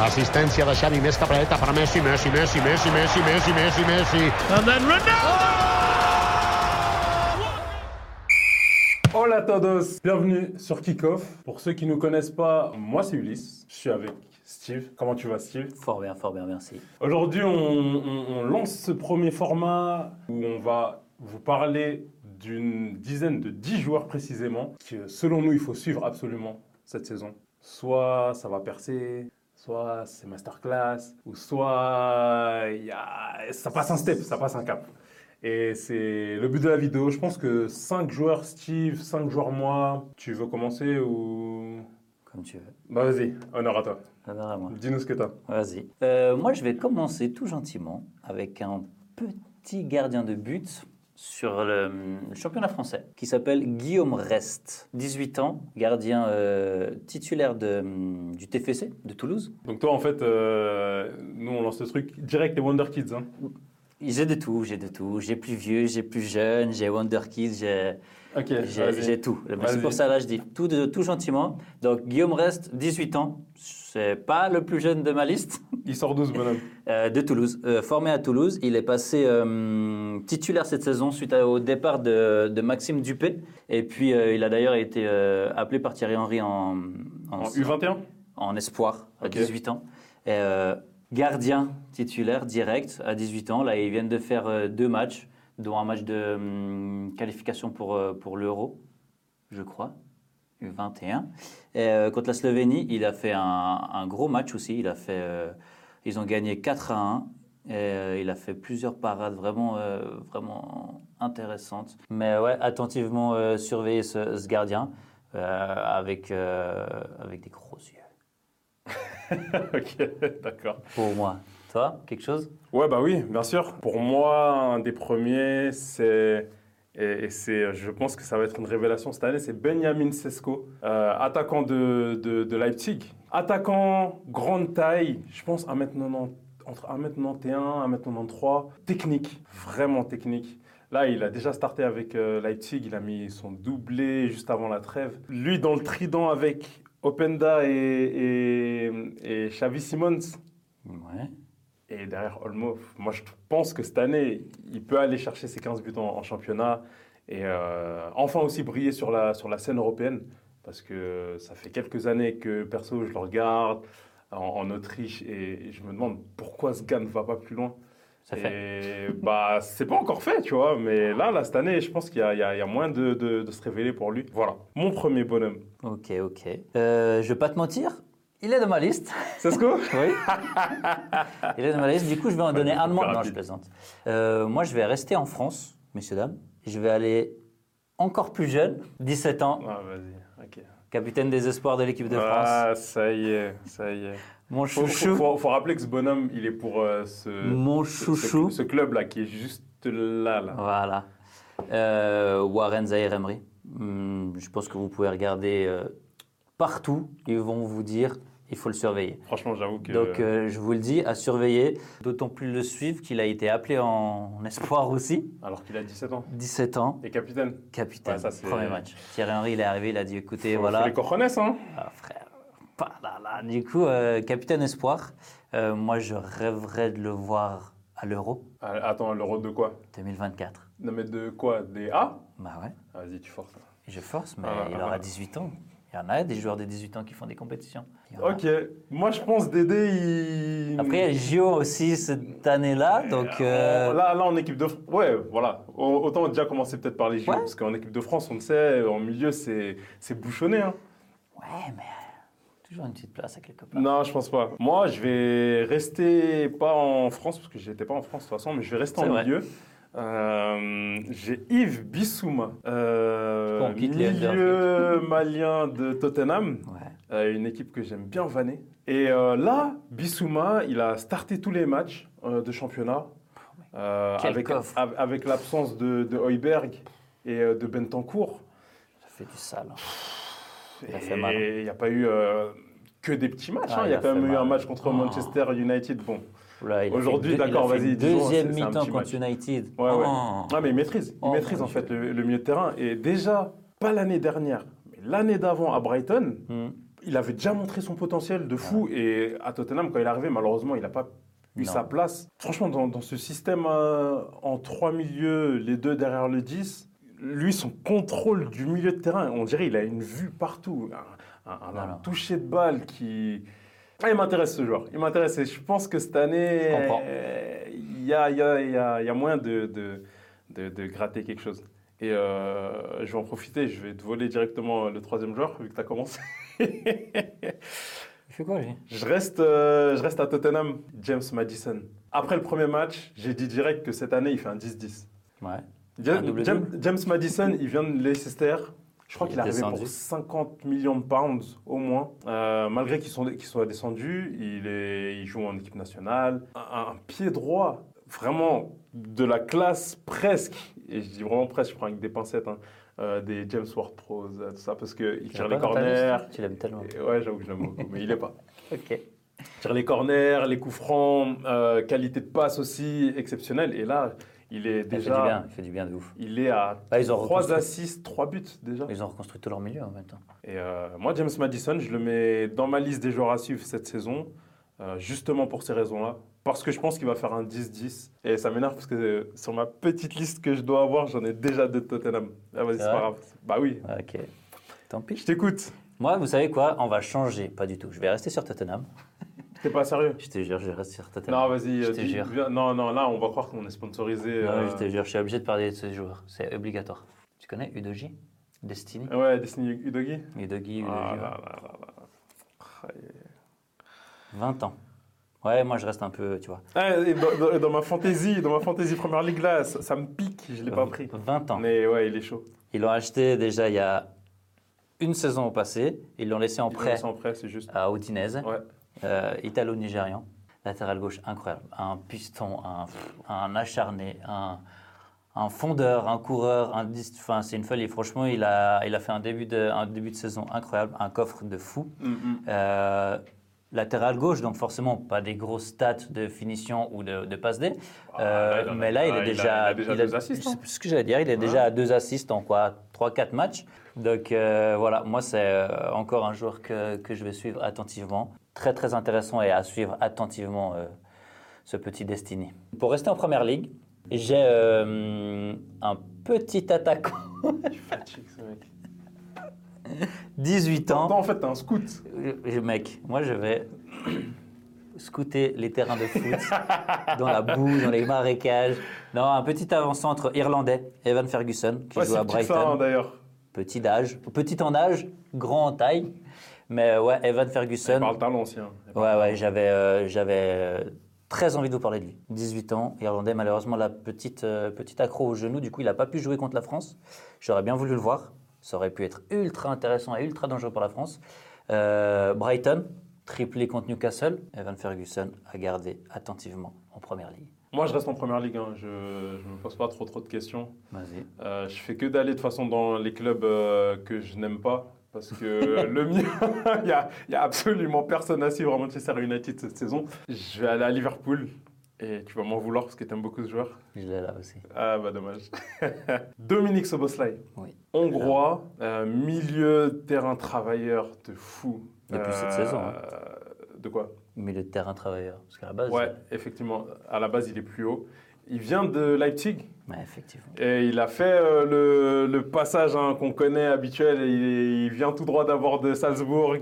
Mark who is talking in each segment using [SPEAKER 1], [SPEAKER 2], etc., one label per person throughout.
[SPEAKER 1] Assistència de Xavi més cap a la dreta per Messi, Messi, Messi, Messi, Messi, Messi, Messi, Messi.
[SPEAKER 2] And then Ronaldo!
[SPEAKER 3] Hola a todos, bienvenue sur Kickoff. Pour ceux qui ne nous connaissent pas, moi c'est Ulysse, je suis avec Steve. Comment tu vas Steve
[SPEAKER 4] Fort bien, fort bien, merci.
[SPEAKER 3] Aujourd'hui on, on- on lance ce premier format où on va vous parler d'une dizaine de 10 joueurs précisément que selon nous il faut suivre absolument cette saison. Soit ça va percer, soit c'est masterclass, ou soit il y a- ça passe un step, ça passe un cap. Et c'est le but de la vidéo. Je pense que 5 joueurs Steve, 5 joueurs moi. Tu veux commencer ou...
[SPEAKER 4] Comme tu veux.
[SPEAKER 3] Bah vas-y, honneur à toi.
[SPEAKER 4] Honneur à moi.
[SPEAKER 3] Dis-nous ce que t'as.
[SPEAKER 4] Vas-y. Euh, moi, je vais commencer tout gentiment avec un petit gardien de but sur le, le championnat français qui s'appelle Guillaume Rest, 18 ans, gardien euh, titulaire de, hum, du TFC de Toulouse.
[SPEAKER 3] Donc toi en fait, euh, nous on lance le truc direct les Wonder Kids. hein.
[SPEAKER 4] J'ai de tout, j'ai de tout. J'ai plus vieux, j'ai plus jeune, j'ai Wonder Kids, j'ai
[SPEAKER 3] Ok,
[SPEAKER 4] J'ai
[SPEAKER 3] vas-y.
[SPEAKER 4] j'ai tout. Mais
[SPEAKER 3] Vas-y.
[SPEAKER 4] C'est pour ça, là, je dis tout, de- tout gentiment. Donc, Guillaume Rest, 18 ans. C'est pas le plus jeune de ma liste.
[SPEAKER 3] Il sort 12 bonhomme.
[SPEAKER 4] Euh, de Toulouse. Euh, formé à Toulouse, il est passé euh, titulaire cette saison suite à- au départ de, de Maxime Dupé. Et puis, euh, il a d'ailleurs été euh, appelé par Thierry Henry en, en,
[SPEAKER 3] En U21
[SPEAKER 4] en espoir à
[SPEAKER 3] Ok.
[SPEAKER 4] 18 ans. Et, euh, gardien titulaire direct à 18 ans. Là, ils viennent de faire euh, deux matchs, dont un match de hum, qualification pour, euh, pour l'Euro, je crois. U21. Et, euh, contre la Slovénie, il a fait un, un gros match aussi. Il a fait, euh, ils ont gagné 4 à 1. Et, euh, il a fait plusieurs parades vraiment, euh, vraiment intéressantes. Mais ouais, attentivement euh, surveiller ce, ce gardien euh, avec, euh, avec des gros yeux.
[SPEAKER 3] Ok, d'accord.
[SPEAKER 4] Pour moi. Toi, quelque chose
[SPEAKER 3] Ouais, bah oui, bien sûr. Pour moi, un des premiers, c'est. Et, et c'est, je pense que ça va être une révélation cette année, c'est Benjamin Sesko, euh, attaquant de, de, de Leipzig. Attaquant grande taille, je pense 1m90, entre 1m91, 1m93. Technique, vraiment technique. Là, il a déjà starté avec euh, Leipzig, il a mis son doublé juste avant la trêve. Lui, dans le trident avec Openda et, et, et Xavi Simons,
[SPEAKER 4] Ouais.
[SPEAKER 3] et derrière Olmo, moi je pense que cette année, il peut aller chercher ses 15 buts en, en championnat et euh, enfin aussi briller sur la, sur la scène européenne. Parce que ça fait quelques années que perso, je le regarde en, en Autriche et je me demande pourquoi ce gars ne va pas plus loin.
[SPEAKER 4] Ça fait.
[SPEAKER 3] Et bah, c'est pas encore fait, tu vois. Mais là, là cette année, je pense qu'il y a, il y a- il y a moyen de, de- de se révéler pour lui. Voilà, mon premier bonhomme.
[SPEAKER 4] Ok, ok. Euh, je vais pas te mentir, il est de ma liste.
[SPEAKER 3] C'est ce que
[SPEAKER 4] Oui. il est de ma liste. Du coup, je vais en donner
[SPEAKER 3] Ouais,
[SPEAKER 4] un de
[SPEAKER 3] plus
[SPEAKER 4] moins. Non,
[SPEAKER 3] rapide.
[SPEAKER 4] je plaisante. Euh, moi, je vais rester en France, messieurs, dames. Je vais aller encore plus jeune, 17 ans,
[SPEAKER 3] Ah, vas-y, ok.
[SPEAKER 4] capitaine des espoirs de l'équipe de France.
[SPEAKER 3] Ah, ça y est, ça y est.
[SPEAKER 4] Mon
[SPEAKER 3] Faut, faut,
[SPEAKER 4] chouchou.
[SPEAKER 3] faut- faut rappeler que ce bonhomme, il est pour euh, ce,
[SPEAKER 4] Mon
[SPEAKER 3] ce-
[SPEAKER 4] chouchou.
[SPEAKER 3] ce, ce club-là qui est juste là. là.
[SPEAKER 4] Voilà. Euh, Warren Zahir Emery. Hum, je pense que vous pouvez regarder euh, partout. Ils vont vous dire il faut le surveiller.
[SPEAKER 3] Franchement, j'avoue que.
[SPEAKER 4] Donc euh, je vous le dis, à surveiller, d'autant plus le suivre qu'il a été appelé en espoir aussi,
[SPEAKER 3] alors qu'il a 17 ans.
[SPEAKER 4] 17 ans,
[SPEAKER 3] Et capitaine.
[SPEAKER 4] capitaine,
[SPEAKER 3] Ouais, ça, c'est-
[SPEAKER 4] premier match. Thierry Henry, il est arrivé, il a dit écoutez,
[SPEAKER 3] faut-
[SPEAKER 4] voilà,
[SPEAKER 3] faut les cojones, hein.
[SPEAKER 4] ah, frère, pas là, là. du coup, euh, capitaine espoir, Euh, moi je rêverais de le voir à l'Euro
[SPEAKER 3] Ah, Attends, le rôle de quoi
[SPEAKER 4] 2024.
[SPEAKER 3] Non, mais de quoi Des A
[SPEAKER 4] Bah ouais,
[SPEAKER 3] Ah, Vas-y, tu forces.
[SPEAKER 4] je force, mais
[SPEAKER 3] Ah,
[SPEAKER 4] il
[SPEAKER 3] ah, ah.
[SPEAKER 4] aura 18 ans. Il y en a des joueurs des 18 ans qui font des compétitions. Il y en a.
[SPEAKER 3] Ok. Moi, je pense Dédé, il.
[SPEAKER 4] Après, il y a JO aussi cette année-là, donc... euh,
[SPEAKER 3] On- Là, là, en équipe de France. Ouais, voilà. Au- Autant déjà commencer peut-être par les JO.
[SPEAKER 4] Ouais.
[SPEAKER 3] Parce qu'en équipe de France, on le sait, en milieu, c'est c'est bouchonné. Hein.
[SPEAKER 4] Ouais, mais euh, toujours une petite place avec les copains.
[SPEAKER 3] Non, je pense pas. Moi, je vais rester pas en France, parce que j'étais pas en France de toute façon, mais je vais rester
[SPEAKER 4] C'est
[SPEAKER 3] en
[SPEAKER 4] vrai.
[SPEAKER 3] milieu. Euh, J'ai Yves Bissouma, euh,
[SPEAKER 4] Qu'on quitte les
[SPEAKER 3] milieu malien de Tottenham,
[SPEAKER 4] Ouais.
[SPEAKER 3] euh, une équipe que j'aime bien vanner. Et euh, là, Bissouma, il a starté tous les matchs euh, de championnat euh,
[SPEAKER 4] Quel
[SPEAKER 3] avec,
[SPEAKER 4] coffre.
[SPEAKER 3] av- avec l'absence de, de Heuberg et euh, de Bentancourt.
[SPEAKER 4] Ça fait du sale. hein. Il a fait mal. hein.
[SPEAKER 3] Et il n'y a pas eu euh, que des petits matchs.
[SPEAKER 4] Ah,
[SPEAKER 3] hein. Il
[SPEAKER 4] il
[SPEAKER 3] y a
[SPEAKER 4] a
[SPEAKER 3] quand même
[SPEAKER 4] fait
[SPEAKER 3] eu un
[SPEAKER 4] mal.
[SPEAKER 3] match contre
[SPEAKER 4] Oh.
[SPEAKER 3] Manchester United. Bon,
[SPEAKER 4] Oula, il a fait
[SPEAKER 3] Aujourd'hui,
[SPEAKER 4] deux- il a
[SPEAKER 3] d'accord,
[SPEAKER 4] fait
[SPEAKER 3] vas-y, disons,
[SPEAKER 4] Deuxième
[SPEAKER 3] c'est- c'est un
[SPEAKER 4] mi-temps
[SPEAKER 3] petit
[SPEAKER 4] contre United.
[SPEAKER 3] Ouais, ouais.
[SPEAKER 4] Oh.
[SPEAKER 3] Ah, mais il maîtrise. Il
[SPEAKER 4] Oh,
[SPEAKER 3] maîtrise
[SPEAKER 4] mon
[SPEAKER 3] en
[SPEAKER 4] Dieu.
[SPEAKER 3] fait le, le milieu de terrain. Et déjà, pas l'année dernière, mais l'année d'avant à Brighton,
[SPEAKER 4] Hmm.
[SPEAKER 3] il avait déjà montré son potentiel de fou. Et à Tottenham, quand il est arrivé, malheureusement, il n'a pas eu
[SPEAKER 4] Non.
[SPEAKER 3] sa place. Franchement, dans, dans ce système euh, en trois milieux, les deux derrière le 10, lui, son contrôle du milieu de terrain, on dirait il a une vue partout. Un, un- un
[SPEAKER 4] Voilà.
[SPEAKER 3] toucher de balle qui. Ah, il m'intéresse ce joueur. Il m'intéresse et je pense que cette année,
[SPEAKER 4] Je comprends.
[SPEAKER 3] euh, il y, a, il y a- il y a- il y a moyen de, de, de- de gratter quelque chose. Et euh, je vais en profiter, je vais te voler directement le troisième joueur, vu que tu as commencé.
[SPEAKER 4] Il fait quoi, lui
[SPEAKER 3] Je reste, euh, je reste à Tottenham, James Madison. Après le premier match, j'ai dit direct que cette année, il fait un 10-10.
[SPEAKER 4] Ouais. Un
[SPEAKER 3] James,
[SPEAKER 4] double
[SPEAKER 3] James- James Madison, il vient de Leicester. Je crois
[SPEAKER 4] Il
[SPEAKER 3] qu'il est
[SPEAKER 4] est
[SPEAKER 3] arrivé
[SPEAKER 4] descendu.
[SPEAKER 3] pour 50 millions de pounds au moins. Euh, malgré qu'il sont- qu'il soit descendu, il, est, il joue en équipe nationale. Un, un pied droit, vraiment de la classe presque. Et je dis vraiment presque, je prends avec des pincettes. hein, euh, des James Ward-Prowse, euh, tout ça, parce qu'il tire les corners.
[SPEAKER 4] Tu l'aimes tellement.
[SPEAKER 3] Et ouais, j'avoue que je l'aime beaucoup, mais il est pas.
[SPEAKER 4] Ok.
[SPEAKER 3] Tire les corners, les coups francs, euh, qualité de passe aussi exceptionnelle. Et là, il est
[SPEAKER 4] Il fait du
[SPEAKER 3] déjà.
[SPEAKER 4] bien, il fait du bien de ouf.
[SPEAKER 3] Il est à
[SPEAKER 4] Là, ils ont
[SPEAKER 3] 3
[SPEAKER 4] reconstruit.
[SPEAKER 3] assists, 3 buts déjà.
[SPEAKER 4] Ils ont reconstruit tout leur milieu en hein. même temps.
[SPEAKER 3] Et euh, moi, James Madison, je le mets dans ma liste des joueurs à suivre cette saison, euh, justement pour ces raisons-là. Parce que je pense qu'il va faire un 10-10. Et ça m'énerve parce que euh, sur ma petite liste que je dois avoir, j'en ai déjà deux de Tottenham. Ah, vas-y,
[SPEAKER 4] C'est
[SPEAKER 3] c'est pas
[SPEAKER 4] vrai
[SPEAKER 3] grave. Bah oui,
[SPEAKER 4] Ok. Tant
[SPEAKER 3] je
[SPEAKER 4] pis.
[SPEAKER 3] t'écoute.
[SPEAKER 4] Moi, vous savez quoi On va changer. Pas du tout. Je vais rester sur Tottenham.
[SPEAKER 3] T'es pas sérieux
[SPEAKER 4] Je te jure, je reste sur Tottenham.
[SPEAKER 3] Non, vas-y.
[SPEAKER 4] Je
[SPEAKER 3] euh,
[SPEAKER 4] te
[SPEAKER 3] dis-
[SPEAKER 4] jure.
[SPEAKER 3] viens- Non, non, là, on va croire qu'on est sponsorisé.
[SPEAKER 4] Non,
[SPEAKER 3] euh,
[SPEAKER 4] je te jure, je suis obligé de parler de ce joueur. C'est obligatoire. Tu connais Udoji Destiny
[SPEAKER 3] Ouais, Destiny Udogi.
[SPEAKER 4] Udogi, Udoji.
[SPEAKER 3] Ah,
[SPEAKER 4] ouais.
[SPEAKER 3] là, là, là, là. Aïe.
[SPEAKER 4] 20 ans. Ouais, moi je reste un peu, tu vois.
[SPEAKER 3] Ah, et dans, dans- dans ma fantaisie, dans ma fantaisie première ligue là, ça, ça me pique, je l'ai pas
[SPEAKER 4] Euh,
[SPEAKER 3] pris.
[SPEAKER 4] 20 ans.
[SPEAKER 3] Mais ouais, il est chaud.
[SPEAKER 4] Ils l'ont acheté déjà il y a une saison au passé. Ils l'ont laissé en
[SPEAKER 3] Il
[SPEAKER 4] prêt
[SPEAKER 3] est en prêt, c'est juste.
[SPEAKER 4] à Udinese.
[SPEAKER 3] Ouais.
[SPEAKER 4] Euh, Italo-nigérian. Latéral gauche incroyable. Un piston, un, un acharné, un, un fondeur, un coureur, un dis- enfin, c'est une folie. Franchement, il a, il a fait un début, de, un début de saison incroyable, un coffre de fou.
[SPEAKER 3] Mm, mm.
[SPEAKER 4] Euh, latéral gauche, donc forcément pas des grosses stats de finition ou de, de passe D.
[SPEAKER 3] Ah, là, il en a-
[SPEAKER 4] Euh, mais là, il
[SPEAKER 3] ah,
[SPEAKER 4] est
[SPEAKER 3] il a-
[SPEAKER 4] déjà.
[SPEAKER 3] il a déjà deux assists, hein.
[SPEAKER 4] C'est ce que j'allais dire. Il est déjà à deux assists en quoi 3-4 matchs. Donc euh, voilà, moi, c'est euh, encore un joueur que, que je vais suivre attentivement. Très, très intéressant et à suivre attentivement euh, ce petit Destiny. Pour rester en première ligue, j'ai euh, un petit attaquant,
[SPEAKER 3] Je suis fatigué, ce mec.
[SPEAKER 4] 18 ans.
[SPEAKER 3] Non, en fait, t'as un scout.
[SPEAKER 4] Euh, Je- Mec, moi je vais scouter les terrains de foot dans la boue, dans les marécages. Non, un petit avant-centre irlandais, Evan Ferguson, qui
[SPEAKER 3] Ouais,
[SPEAKER 4] joue
[SPEAKER 3] c'est
[SPEAKER 4] à
[SPEAKER 3] petit que ça, hein,
[SPEAKER 4] Brighton.
[SPEAKER 3] d'ailleurs.
[SPEAKER 4] Petit d'âge, petit en âge, grand en taille. Mais euh, ouais, Evan
[SPEAKER 3] Il
[SPEAKER 4] Ferguson.
[SPEAKER 3] parle talent aussi. hein.
[SPEAKER 4] Ouais, ouais, j'avais euh, j'avais euh, très envie de vous parler de lui. 18 ans, Irlandais, malheureusement, la petite, euh, petite accro au genou, du coup, il n'a pas pu jouer contre la France. J'aurais bien voulu le voir. Ça aurait pu être ultra intéressant et ultra dangereux pour la France. Euh, Brighton, triplé contre Newcastle. Evan Ferguson a gardé attentivement en première ligue.
[SPEAKER 3] Moi, je reste en première ligue. hein. Je ne me pose pas trop, trop de questions.
[SPEAKER 4] Vas-y.
[SPEAKER 3] Euh, je fais que d'aller de toute façon dans les clubs euh, que je n'aime pas. Parce que le mien, il n'y a, il y a absolument personne à suivre à Manchester United cette saison. Je vais aller à Liverpool. Et tu vas m'en vouloir parce que tu aimes beaucoup ce joueur.
[SPEAKER 4] Je l'ai là aussi.
[SPEAKER 3] Ah bah dommage. Dominique Soboslai.
[SPEAKER 4] Oui.
[SPEAKER 3] Hongrois, euh, milieu terrain travailleur de fou. Euh,
[SPEAKER 4] Depuis cette saison, hein.
[SPEAKER 3] De quoi
[SPEAKER 4] Milieu de terrain travailleur. Parce qu'à la base.
[SPEAKER 3] Ouais, effectivement. À la base, il est plus haut. Il vient de Leipzig
[SPEAKER 4] euh, Ouais, effectivement.
[SPEAKER 3] et il a fait euh, le, le passage hein, qu'on connaît habituel. Il, est- il vient tout droit d'abord de Salzbourg.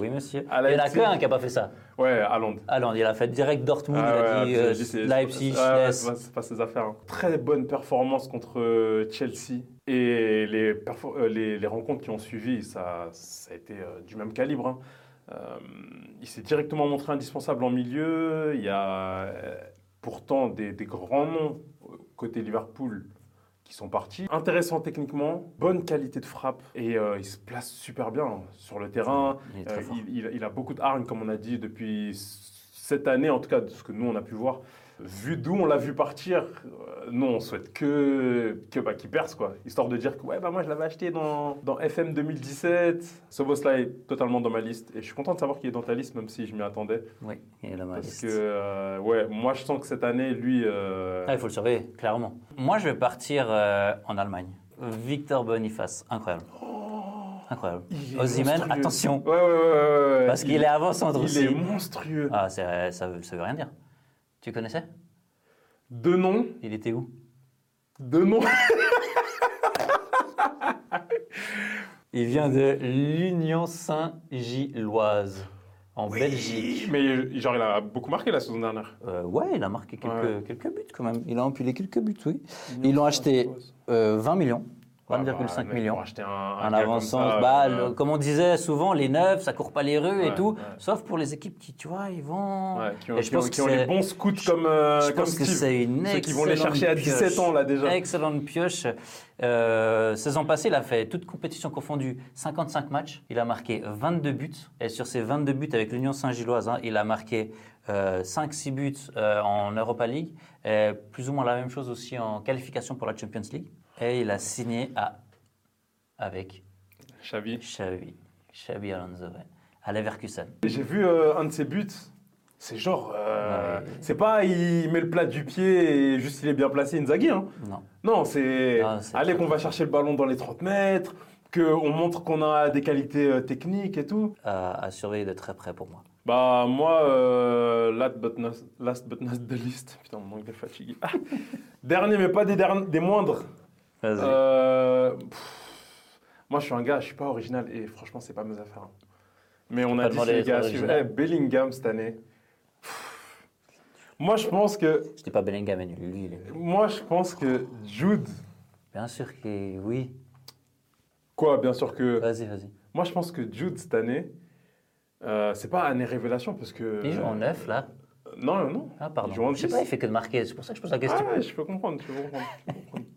[SPEAKER 4] Oui, monsieur.
[SPEAKER 3] À
[SPEAKER 4] Il n'y en a
[SPEAKER 3] Leipzig.
[SPEAKER 4] qu'un qui n'a pas fait ça.
[SPEAKER 3] Ouais, à Londres.
[SPEAKER 4] Allende, il a fait direct Dortmund,
[SPEAKER 3] Ah
[SPEAKER 4] il a
[SPEAKER 3] ouais,
[SPEAKER 4] dit
[SPEAKER 3] ouais,
[SPEAKER 4] euh,
[SPEAKER 3] je dis, c'est-
[SPEAKER 4] Leipzig,
[SPEAKER 3] ouais, ouais,
[SPEAKER 4] Schleswig.
[SPEAKER 3] c'est pas- c'est pas ses affaires. hein. Très bonne performance contre euh, Chelsea. Et les, perfo- euh, les, les rencontres qui ont suivi, ça, ça a été euh, du même calibre. hein. Euh, il s'est directement montré indispensable en milieu. Il y a euh, pourtant des, des grands noms euh, côté Liverpool qui sont partis. Intéressant techniquement, bonne qualité de frappe et euh, il se place super bien hein, sur le terrain.
[SPEAKER 4] Il est
[SPEAKER 3] Euh,
[SPEAKER 4] très fort.
[SPEAKER 3] il, il- il a beaucoup de hargne, comme on a dit, depuis s- cette année, en tout cas, de ce que nous, on a pu voir. Vu d'où on l'a vu partir, euh, non, on souhaite que, que bah, qu'il perce, quoi. Histoire de dire que, ouais, bah, moi, je l'avais acheté dans, dans FM 2017. Ce boss-là est totalement dans ma liste. Et je suis content de savoir qu'il est dans ta liste, même si je m'y attendais.
[SPEAKER 4] Oui, il est dans ma
[SPEAKER 3] Parce
[SPEAKER 4] liste.
[SPEAKER 3] que, euh, ouais, moi, je sens que cette année, lui... euh,
[SPEAKER 4] Ah, il faut le surveiller, clairement. Moi, je vais partir euh, en Allemagne. Victor Boniface, incroyable. Incroyable.
[SPEAKER 3] Oh Il est
[SPEAKER 4] Osimhen,
[SPEAKER 3] monstrueux.
[SPEAKER 4] attention,
[SPEAKER 3] Ouais, ouais, ouais, ouais, ouais.
[SPEAKER 4] parce qu'il est avant-centre
[SPEAKER 3] Il
[SPEAKER 4] aussi.
[SPEAKER 3] est monstrueux.
[SPEAKER 4] Ah, c'est- ça, veut- ça veut rien dire. Tu connaissais
[SPEAKER 3] Deux noms,
[SPEAKER 4] Il était où
[SPEAKER 3] deux noms.
[SPEAKER 4] Il vient de l'Union Saint-Gilloise, en Belgique.
[SPEAKER 3] Mais euh, genre, il a beaucoup marqué la saison dernière.
[SPEAKER 4] Euh, ouais, il a marqué quelques,
[SPEAKER 3] Ouais.
[SPEAKER 4] quelques buts quand même. Il a empilé quelques buts, oui. Ils l'ont acheté Euh, 20 millions,
[SPEAKER 3] Ah bah,
[SPEAKER 4] 1,5 million.
[SPEAKER 3] Pour acheter un, un
[SPEAKER 4] En
[SPEAKER 3] gars
[SPEAKER 4] avançant,
[SPEAKER 3] comme ça,
[SPEAKER 4] bah,
[SPEAKER 3] euh,
[SPEAKER 4] le- comme on disait souvent, les neufs, ça court pas les rues
[SPEAKER 3] Ouais,
[SPEAKER 4] et tout.
[SPEAKER 3] ouais.
[SPEAKER 4] Sauf pour les équipes qui, tu vois, ils vont.
[SPEAKER 3] ouais, qui ont,
[SPEAKER 4] Et je
[SPEAKER 3] qui
[SPEAKER 4] pense
[SPEAKER 3] ont-
[SPEAKER 4] que
[SPEAKER 3] qui ont les
[SPEAKER 4] c'est-
[SPEAKER 3] bons scouts comme, euh,
[SPEAKER 4] Je
[SPEAKER 3] comme
[SPEAKER 4] pense que
[SPEAKER 3] Steve.
[SPEAKER 4] c'est une
[SPEAKER 3] Ceux
[SPEAKER 4] excellente
[SPEAKER 3] qui vont les chercher à 17
[SPEAKER 4] pioche.
[SPEAKER 3] ans, là, déjà.
[SPEAKER 4] Excellente pioche. Euh, saison passée, il a fait toute compétition confondue 55 matchs. Il a marqué 22 buts. Et sur ces 22 buts avec l'Union Saint-Gilloise, hein, il a marqué 5-6 buts euh, en Europa League. Et plus ou moins la même chose aussi en qualification pour la Champions League. Et il a signé à, avec
[SPEAKER 3] Xavi.
[SPEAKER 4] Xavi, Xabi Alonso, ouais, à Leverkusen.
[SPEAKER 3] Et J'ai vu euh, un de ses buts. C'est genre, euh,
[SPEAKER 4] Ouais.
[SPEAKER 3] c'est pas il met le plat du pied et juste il est bien placé Inzaghi. Hein.
[SPEAKER 4] Non.
[SPEAKER 3] Non, c'est
[SPEAKER 4] Ah, c'est
[SPEAKER 3] allez
[SPEAKER 4] très
[SPEAKER 3] qu'on va
[SPEAKER 4] bien.
[SPEAKER 3] chercher le ballon dans les 30 mètres, qu'on montre qu'on a des qualités euh, techniques et tout.
[SPEAKER 4] À, à surveiller de très près pour moi.
[SPEAKER 3] Bah moi, euh, last, but not, last but not the least. Putain, mon anglais fatigué. Ah. Dernier mais pas des, derni- des moindres.
[SPEAKER 4] Vas-y.
[SPEAKER 3] Euh, pff, moi, je suis un gars, je suis pas original et franchement, c'est pas mes affaires. hein. Mais on
[SPEAKER 4] pas
[SPEAKER 3] a dit
[SPEAKER 4] demandé
[SPEAKER 3] les
[SPEAKER 4] d'être
[SPEAKER 3] gars, suivez-
[SPEAKER 4] original.
[SPEAKER 3] eh, Bellingham cette année. Pff, Moi, je pense que
[SPEAKER 4] C'était pas Bellingham et nul. Lui, il est-
[SPEAKER 3] moi, je pense que Jude.
[SPEAKER 4] Bien sûr que oui.
[SPEAKER 3] Quoi, bien sûr que.
[SPEAKER 4] Vas-y, vas-y.
[SPEAKER 3] Moi, je pense que Jude cette année, euh, c'est pas année révélation parce que.
[SPEAKER 4] Il joue en neuf, là.
[SPEAKER 3] Non, non, non.
[SPEAKER 4] Ah, pardon.
[SPEAKER 3] Euh, Il joue en
[SPEAKER 4] je sais
[SPEAKER 3] six.
[SPEAKER 4] pas, il fait que de marquer. C'est pour ça que je pose la question.
[SPEAKER 3] Ah, ouais, je peux comprendre, je peux comprendre. je peux comprendre.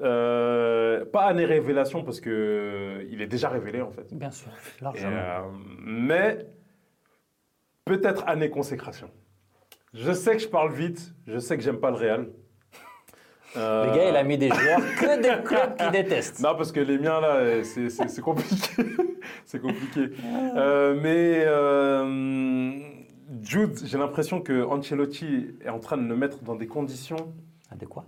[SPEAKER 3] Euh, pas année révélation parce que il est déjà révélé en fait.
[SPEAKER 4] Bien sûr,
[SPEAKER 3] Et,
[SPEAKER 4] largement.
[SPEAKER 3] euh, mais peut-être année consécration. Je sais que je parle vite, je sais que j'aime pas le Real. Euh,
[SPEAKER 4] Le gars, il a mis des joueurs que des clubs qu'il déteste.
[SPEAKER 3] Non, parce que les miens, là, euh, c'est- c'est c'est compliqué. c'est compliqué.
[SPEAKER 4] Ah.
[SPEAKER 3] Euh, mais euh, Jude, j'ai l'impression que Ancelotti est en train de le mettre dans des conditions,
[SPEAKER 4] Adéquat.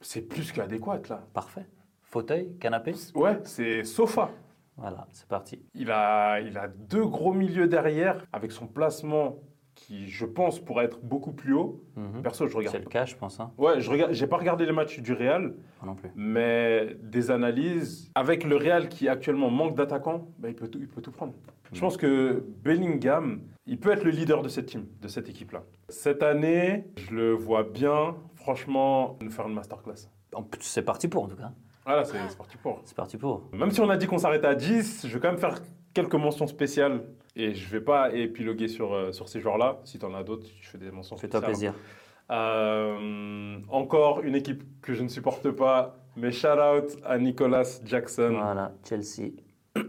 [SPEAKER 3] c'est plus qu'adéquate, là.
[SPEAKER 4] Ah, Parfait. Fauteuil, canapé.
[SPEAKER 3] Ouais, c'est Sofa.
[SPEAKER 4] Voilà, c'est parti.
[SPEAKER 3] Il a, il a deux gros milieux derrière, avec son placement qui, je pense, pourrait être beaucoup plus haut.
[SPEAKER 4] Mhm.
[SPEAKER 3] Perso, je
[SPEAKER 4] C'est
[SPEAKER 3] regarde.
[SPEAKER 4] le cas, je pense. Hein.
[SPEAKER 3] Ouais, je regarde. J'ai pas regardé les matchs du Real,
[SPEAKER 4] Moi non plus.
[SPEAKER 3] mais des analyses. Avec le Real qui actuellement manque d'attaquants, bah, il peut tout, il peut tout prendre. Je pense que Bellingham, il peut être le leader de cette team, de cette équipe-là. Cette année, je le vois bien. Franchement, nous faire une masterclass.
[SPEAKER 4] En plus, C'est parti pour, en tout cas.
[SPEAKER 3] Voilà, c'est c'est parti pour.
[SPEAKER 4] C'est parti pour.
[SPEAKER 3] Même si on a dit qu'on s'arrêtait à 10, je vais quand même faire quelques mentions spéciales. Et je vais pas épiloguer sur, euh, sur ces joueurs-là. Si tu en as d'autres, je fais des mentions
[SPEAKER 4] Fais-toi
[SPEAKER 3] spéciales.
[SPEAKER 4] plaisir.
[SPEAKER 3] Euh, encore une équipe que je ne supporte pas, mais shout out à Nicolas Jackson.
[SPEAKER 4] Voilà, Chelsea. tu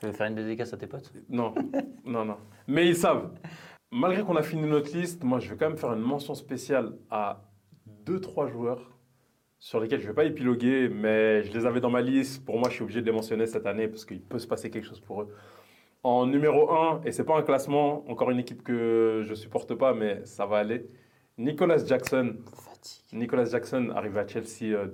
[SPEAKER 4] veux faire une dédicace à tes potes
[SPEAKER 3] Non, non, non. Mais ils savent. Malgré qu'on a fini notre liste, moi je vais quand même faire une mention spéciale à deux, trois joueurs sur lesquels je ne vais pas épiloguer, mais je les avais dans ma liste. Pour moi, je suis obligé de les mentionner cette année parce qu'il peut se passer quelque chose pour eux. En numéro 1, et c'est pas un classement, encore une équipe que je supporte pas, mais ça va aller. Nicolas Jackson,
[SPEAKER 4] Fatigue.
[SPEAKER 3] Nicolas Jackson arrive à Chelsea euh,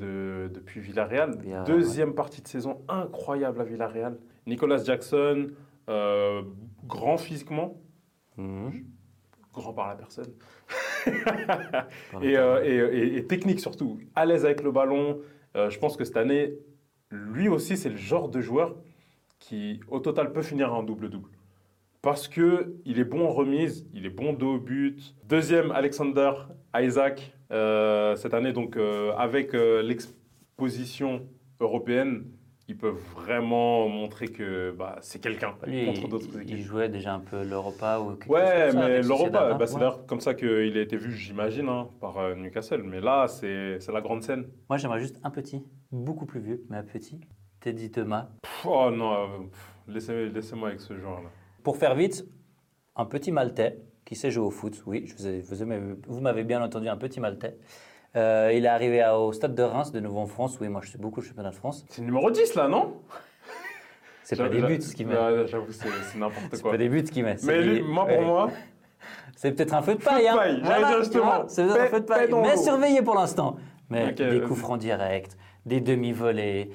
[SPEAKER 3] de- depuis Villarreal.
[SPEAKER 4] Bien,
[SPEAKER 3] Deuxième partie de saison incroyable à Villarreal. Nicolas Jackson, euh, grand physiquement,
[SPEAKER 4] Mmh.
[SPEAKER 3] grand par la personne, et, euh, et- et- et technique surtout, à l'aise avec le ballon. Euh, je pense que cette année, lui aussi, c'est le genre de joueur qui, au total, peut finir en double-double. Parce qu'il est bon en remise, il est bon dos au but. Deuxième, Alexander Isaac, euh, cette année, donc, euh, avec euh, l'exposition européenne, ils peuvent vraiment montrer que bah, c'est quelqu'un
[SPEAKER 4] Lui,
[SPEAKER 3] contre
[SPEAKER 4] il,
[SPEAKER 3] d'autres
[SPEAKER 4] il
[SPEAKER 3] équipes.
[SPEAKER 4] jouait déjà un peu l'Europa ou quelque chose
[SPEAKER 3] Ouais,
[SPEAKER 4] comme ça
[SPEAKER 3] mais
[SPEAKER 4] avec
[SPEAKER 3] l'Europa,
[SPEAKER 4] Sociedad,
[SPEAKER 3] bah,
[SPEAKER 4] hein.
[SPEAKER 3] c'est
[SPEAKER 4] Ouais.
[SPEAKER 3] d'ailleurs comme ça qu'il a été vu, j'imagine, hein, par euh, Newcastle. Mais là, c'est c'est la grande scène.
[SPEAKER 4] Moi, j'aimerais juste un petit, beaucoup plus vieux, mais un petit, Teddy Thomas.
[SPEAKER 3] Pff, oh non, euh, pff, laissez- laissez-moi avec ce genre-là.
[SPEAKER 4] Pour faire vite, un petit Maltais qui sait jouer au foot. Oui, je vous, ai- vous aimez- vous m'avez bien entendu, un petit Maltais. Euh, il est arrivé à- au stade de Reims, de nouveau en France. Oui, moi, je suis beaucoup le championnat de France.
[SPEAKER 3] C'est le numéro 10, là, non
[SPEAKER 4] C'est pas
[SPEAKER 3] J'a-
[SPEAKER 4] des
[SPEAKER 3] j'a-
[SPEAKER 4] buts ce qu'il met.
[SPEAKER 3] Ouais, J'avoue, c'est c'est n'importe
[SPEAKER 4] C'est
[SPEAKER 3] quoi.
[SPEAKER 4] pas des buts qu'il met. c'est
[SPEAKER 3] Mais lui,
[SPEAKER 4] des-
[SPEAKER 3] moi,
[SPEAKER 4] ouais.
[SPEAKER 3] pour moi,
[SPEAKER 4] C'est peut-être un feu de paille.
[SPEAKER 3] de
[SPEAKER 4] hein.
[SPEAKER 3] paille, j'allais dire
[SPEAKER 4] tu
[SPEAKER 3] justement.
[SPEAKER 4] vois, C'est peut-être un
[SPEAKER 3] Paix-
[SPEAKER 4] feu de
[SPEAKER 3] paix
[SPEAKER 4] paille.
[SPEAKER 3] dans
[SPEAKER 4] Mais
[SPEAKER 3] l'eau.
[SPEAKER 4] surveillez pour l'instant. Mais
[SPEAKER 3] Ok, euh,
[SPEAKER 4] des
[SPEAKER 3] vas-y.
[SPEAKER 4] coups francs directs, des demi-volées.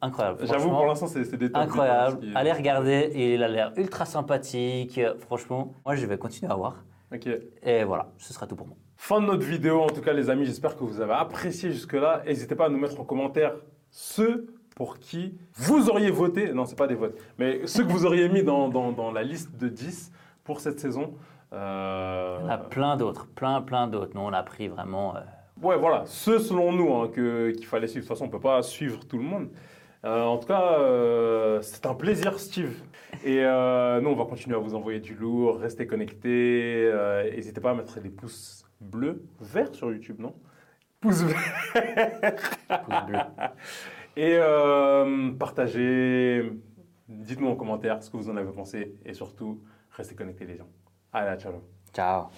[SPEAKER 4] Incroyable.
[SPEAKER 3] J'avoue,
[SPEAKER 4] franchement.
[SPEAKER 3] pour l'instant, c'est c'est des top
[SPEAKER 4] Incroyable.
[SPEAKER 3] des top qui-
[SPEAKER 4] Allez regarder, il a l'air ultra sympathique. Franchement, moi je vais continuer à voir.
[SPEAKER 3] Ok.
[SPEAKER 4] Et voilà, ce sera tout pour moi.
[SPEAKER 3] Fin de notre vidéo, en tout cas, les amis. J'espère que vous avez apprécié jusque-là. N'hésitez pas à nous mettre en commentaire ceux pour qui vous auriez voté. Non, c'est pas des votes, mais ceux que vous auriez mis dans, dans- dans la liste de 10 pour cette saison. Euh,
[SPEAKER 4] Il y en a plein d'autres, plein, plein d'autres. Nous, on a pris vraiment. euh,
[SPEAKER 3] Ouais, voilà, ceux selon nous hein, que- qu'il fallait suivre. De toute façon, on ne peut pas suivre tout le monde. Euh, en tout cas, euh, c'est un plaisir, Steve. Et euh, nous, on va continuer à vous envoyer du lourd. Restez connectés. Euh, N'hésitez pas à mettre des pouces bleus, verts sur YouTube, non Pouces verts.
[SPEAKER 4] pouce bleu.
[SPEAKER 3] Et euh, partagez. Dites-nous en commentaire ce que vous en avez pensé. Et surtout, restez connectés, les gens. Allez, ciao.
[SPEAKER 4] Ciao.